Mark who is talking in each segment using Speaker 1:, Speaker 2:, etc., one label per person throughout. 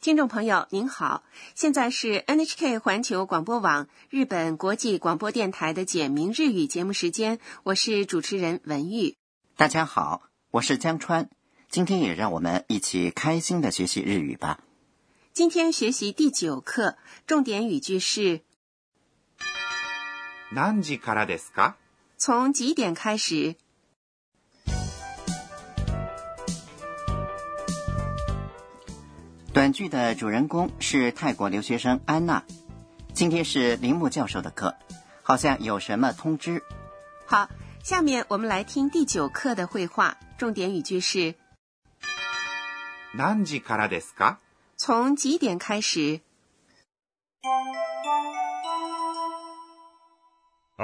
Speaker 1: 听众朋友您好，现在是 NHK 环球广播网日本国际广播电台的简明日语节目时间，我是主持人文玉。
Speaker 2: 大家好，我是江川，今天也让我们一起开心的学习日语吧。
Speaker 1: 今天学习第九课，重点语句是
Speaker 3: 何時からですか
Speaker 1: 从几点开始？
Speaker 2: 短剧的主人公是泰国留学生安娜，今天是铃木教授的课，好像有什么通知。
Speaker 1: 好，下面我们来听第九课的绘画，重点语句是
Speaker 3: 何時からですか
Speaker 1: 从几点开始？
Speaker 4: 明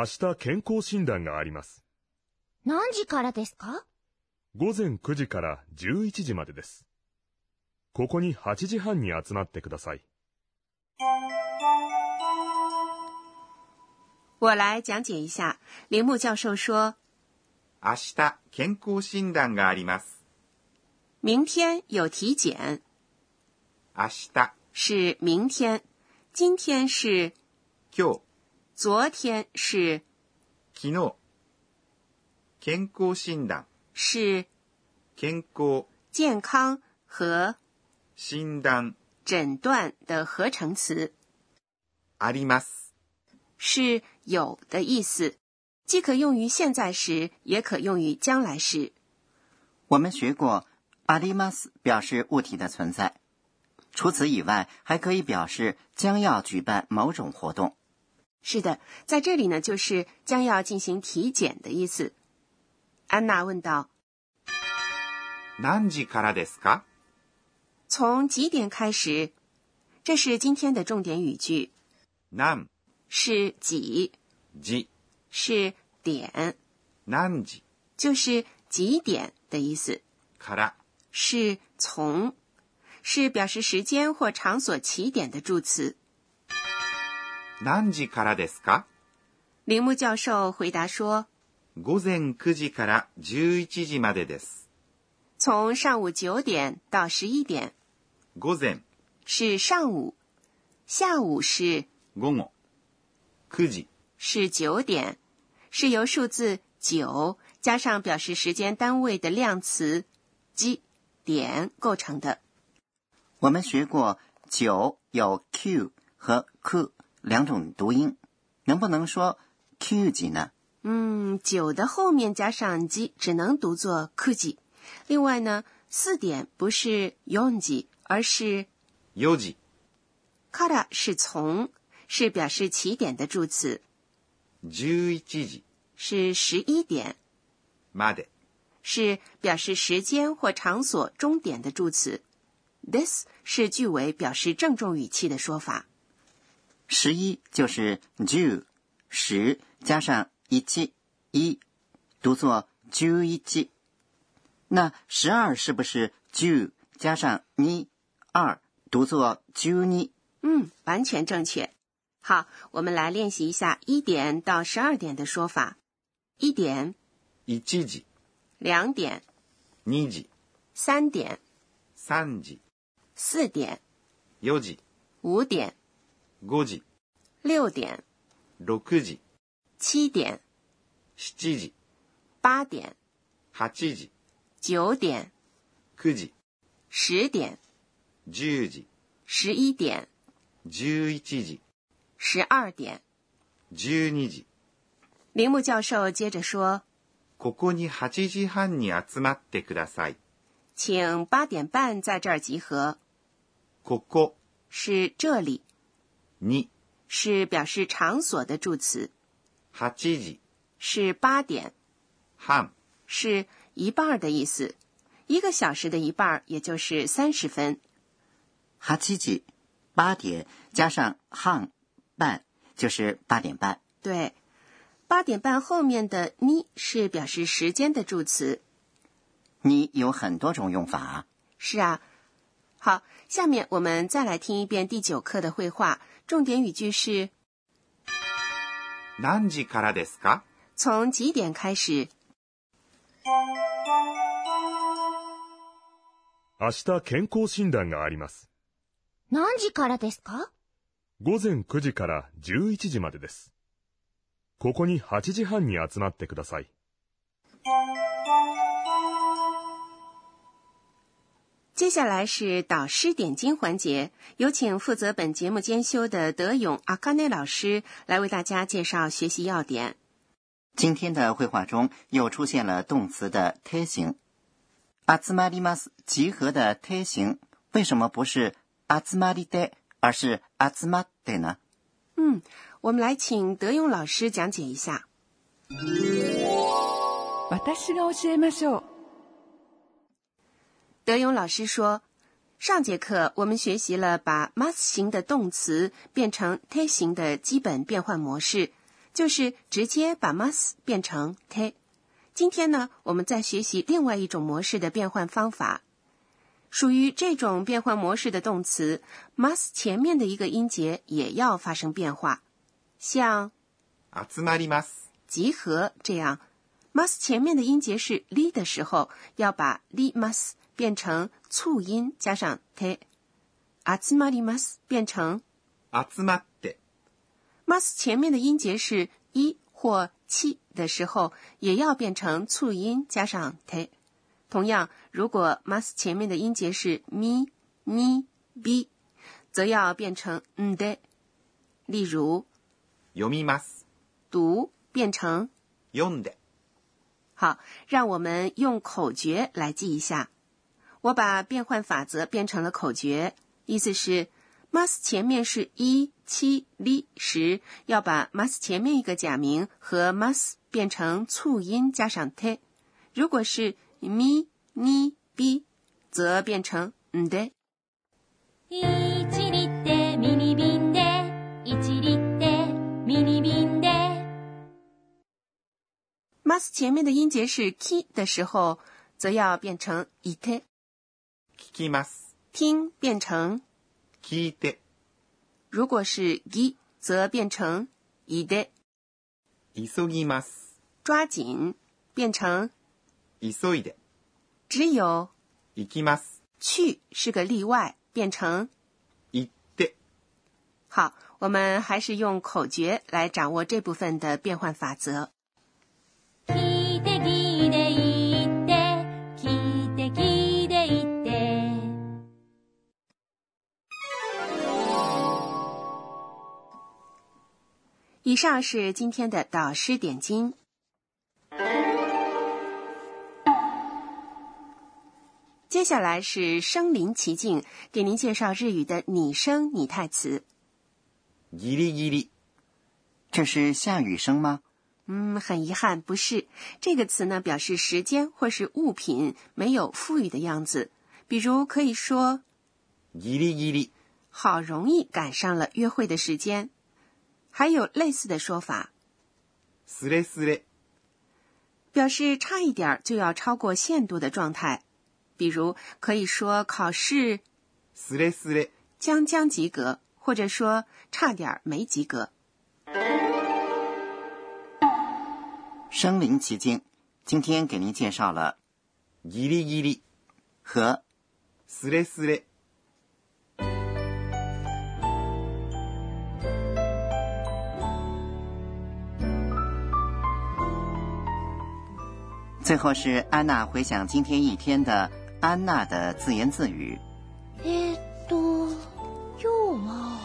Speaker 4: 日健康診断があります。
Speaker 5: 何時からですか
Speaker 4: 午前9時から11時までです。ここに8時半に集まってください。
Speaker 1: 我来讲解一下。铃木教授说，
Speaker 3: 明日健康診断があります。
Speaker 1: 明天有体检
Speaker 3: 明日、
Speaker 1: 是明天，今天是
Speaker 3: 今日、
Speaker 1: 昨天是
Speaker 3: 昨日。健康診断、
Speaker 1: 是
Speaker 3: 健康、
Speaker 1: 健康和
Speaker 3: 診断、
Speaker 1: 诊断的合成词，
Speaker 3: あります。
Speaker 1: 是有的意思，既可用于现在时，也可用于将来时。
Speaker 2: 我们学过阿里马斯表示物体的存在，除此以外还可以表示将要举办某种活动。
Speaker 1: 是的，在这里呢，就是将要进行体检的意思。安娜问道
Speaker 3: 何時からですか：“
Speaker 1: 从几点开始？”这是今天的重点语句，
Speaker 3: 何
Speaker 1: 是几，
Speaker 3: 時、
Speaker 1: 是点，
Speaker 3: 何時
Speaker 1: 就是几点的意思。
Speaker 3: から
Speaker 1: 是从，是表示时间或场所起点的助词。
Speaker 3: 何時からですか
Speaker 1: 铃木教授回答说，
Speaker 3: 午前9時から11時までです。
Speaker 1: 从上午九点到十一点
Speaker 3: 午前、
Speaker 1: 是上午，下午是
Speaker 3: 午後。9時、
Speaker 1: 是九点，是由数字九加上表示时间单位的量词几点构成的。
Speaker 2: 我们学过九有 q 和 q 两种读音，能不能说 q 几呢？
Speaker 1: 嗯，九的后面加上几，只能读作 kuji。另外呢，四点不是 yonji，而是
Speaker 3: 4時、
Speaker 1: kara 是从，是表示起点的助词，
Speaker 3: 11時
Speaker 1: 是十一点，
Speaker 3: まで。
Speaker 1: 是表示时间或场所终点的助词。this 是句尾表示郑重语气的说法。
Speaker 2: 十一就是 ju，十加上一七一，读作 ju 一七。那十二是不是 ju 加上你二，读作 ju 你？
Speaker 1: 嗯，完全正确。好，我们来练习一下一点到十二点的说法。一点、
Speaker 3: 1時、
Speaker 1: 两点、
Speaker 3: 2時、
Speaker 1: 三点、
Speaker 3: 3時、
Speaker 1: 四点、
Speaker 3: 4時、
Speaker 1: 五点、
Speaker 3: 5時、
Speaker 1: 六点、
Speaker 3: 6時、
Speaker 1: 七点、
Speaker 3: 7時、
Speaker 1: 八点、
Speaker 3: 8時、
Speaker 1: 九点、
Speaker 3: 9時、
Speaker 1: 十点、
Speaker 3: 10時、
Speaker 1: 十一点、
Speaker 3: 11時、
Speaker 1: 十二点。
Speaker 3: 12時。
Speaker 1: 铃木教授接着说
Speaker 3: ここに8時半に集まってください。：“
Speaker 1: 请八点半在这儿集合。
Speaker 3: ここ、”
Speaker 1: 是这里，
Speaker 3: に、
Speaker 1: 是表示场所的助词，
Speaker 3: 8時、
Speaker 1: 是八点，
Speaker 3: 半、
Speaker 1: 是一半儿的意思。一个小时的一半儿，也就是三十分。
Speaker 2: 哈七几八点加上 han 半就是八点半。
Speaker 1: 对，八点半后面的呢是表示时间的助词，
Speaker 2: 你有很多种用法啊。
Speaker 1: 是啊，好，下面我们再来听一遍第九课的绘画，重点语句是
Speaker 3: 何時からですか
Speaker 1: 从几点开始？
Speaker 4: 明日健康診断があります。
Speaker 5: 何時からですか
Speaker 4: 午前9時から11時までです。ここに8時半に集まってください。
Speaker 1: 接下来是导师点睛环节，有请负责本节目监修的德勇阿卡内老师来为大家介绍学习要点。
Speaker 2: 今天的绘画中又出现了动词的贴形。集まります集合的贴形为什么不是集まりで，而是集まって呢？
Speaker 1: 嗯，我们来请德勇老师讲解一下。
Speaker 6: 私が教えましょう。
Speaker 1: 德勇老师说，上节课我们学习了把 mas 型的动词变成 te 型的基本变换模式，就是直接把 mas 变成 te。今天呢，我们再学习另外一种模式的变换方法。属于这种变换模式的动词，mas 前面的一个音节也要发生变化，像
Speaker 3: 集まります。
Speaker 1: 集合这样，mas 前面的音节是 li 的时候，要把 li mas 变成促音加上 te。集まります变成
Speaker 3: 集まって。
Speaker 1: mas 前面的音节是一或七的时候，也要变成促音加上 te。同样，如果 mas 前面的音节是 mi、ni、bi，则要变成 n de。例如，
Speaker 3: 読みます。
Speaker 1: 读变成
Speaker 3: 読んで。
Speaker 1: 好，让我们用口诀来记一下。我把变换法则变成了口诀，意思是 mas 前面是一七 li 时，要把 mas 前面一个假名和 mas 变成促音加上 te。如果是 mi ni bi，则变成 n de。
Speaker 5: 一リってミニ瓶で、一リってミニ瓶で。
Speaker 1: mas 前面的音节是 ki 的时候，则要变成 ite。
Speaker 3: 聞きます。
Speaker 1: 听变成
Speaker 3: 聞いて。
Speaker 1: 如果是 gi，则变成 ide。
Speaker 3: 急ぎます。
Speaker 1: 抓紧变成
Speaker 3: 急いで。
Speaker 1: 只有
Speaker 3: 行きます。
Speaker 1: 去是个例外，变成
Speaker 3: 行って。
Speaker 1: 好。我们还是用口诀来掌握这部分的变换法则。
Speaker 5: 聞いて聞いて言って、聞いて聞いて言って。
Speaker 1: 以上是今天的导师点睛。接下来是身临其境，给您介绍日语的拟声拟态词。
Speaker 3: ギリギリ。
Speaker 2: 这是下雨声吗？
Speaker 1: 嗯，很遗憾，不是这个词呢，表示时间或是物品没有富裕的样子。比如可以说
Speaker 3: ギリギリ。
Speaker 1: 好容易赶上了约会的时间。还有类似的说法，
Speaker 3: すれすれ。
Speaker 1: 表示差一点儿就要超过限度的状态。比如可以说考试
Speaker 3: すれすれ。
Speaker 1: 将将及格，或者说差点儿没及格。
Speaker 2: 身临其境。今天给您介绍了
Speaker 3: ギリギリ。
Speaker 2: 和
Speaker 3: すれすれ。
Speaker 2: 最后是安娜回想今天一天的安娜的自言自语。
Speaker 5: えーっと、今日は、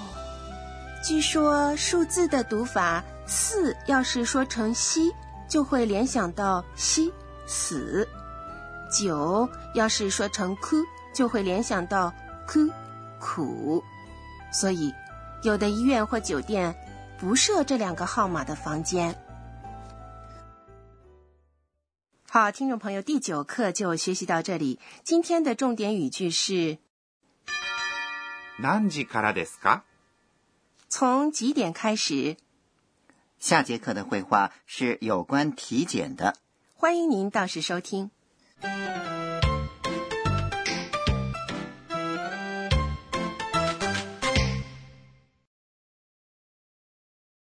Speaker 1: 据说数字的读法四，要是说成西，就会联想到西死；九要是说成哭，就会联想到哭苦。所以，有的医院或酒店不设这两个号码的房间。好，听众朋友，第九课就学习到这里。今天的重点语句是。
Speaker 3: 何時からですか
Speaker 1: 从几点开始？
Speaker 2: 下节课的绘画是有关体检的。
Speaker 1: 欢迎您到时收听。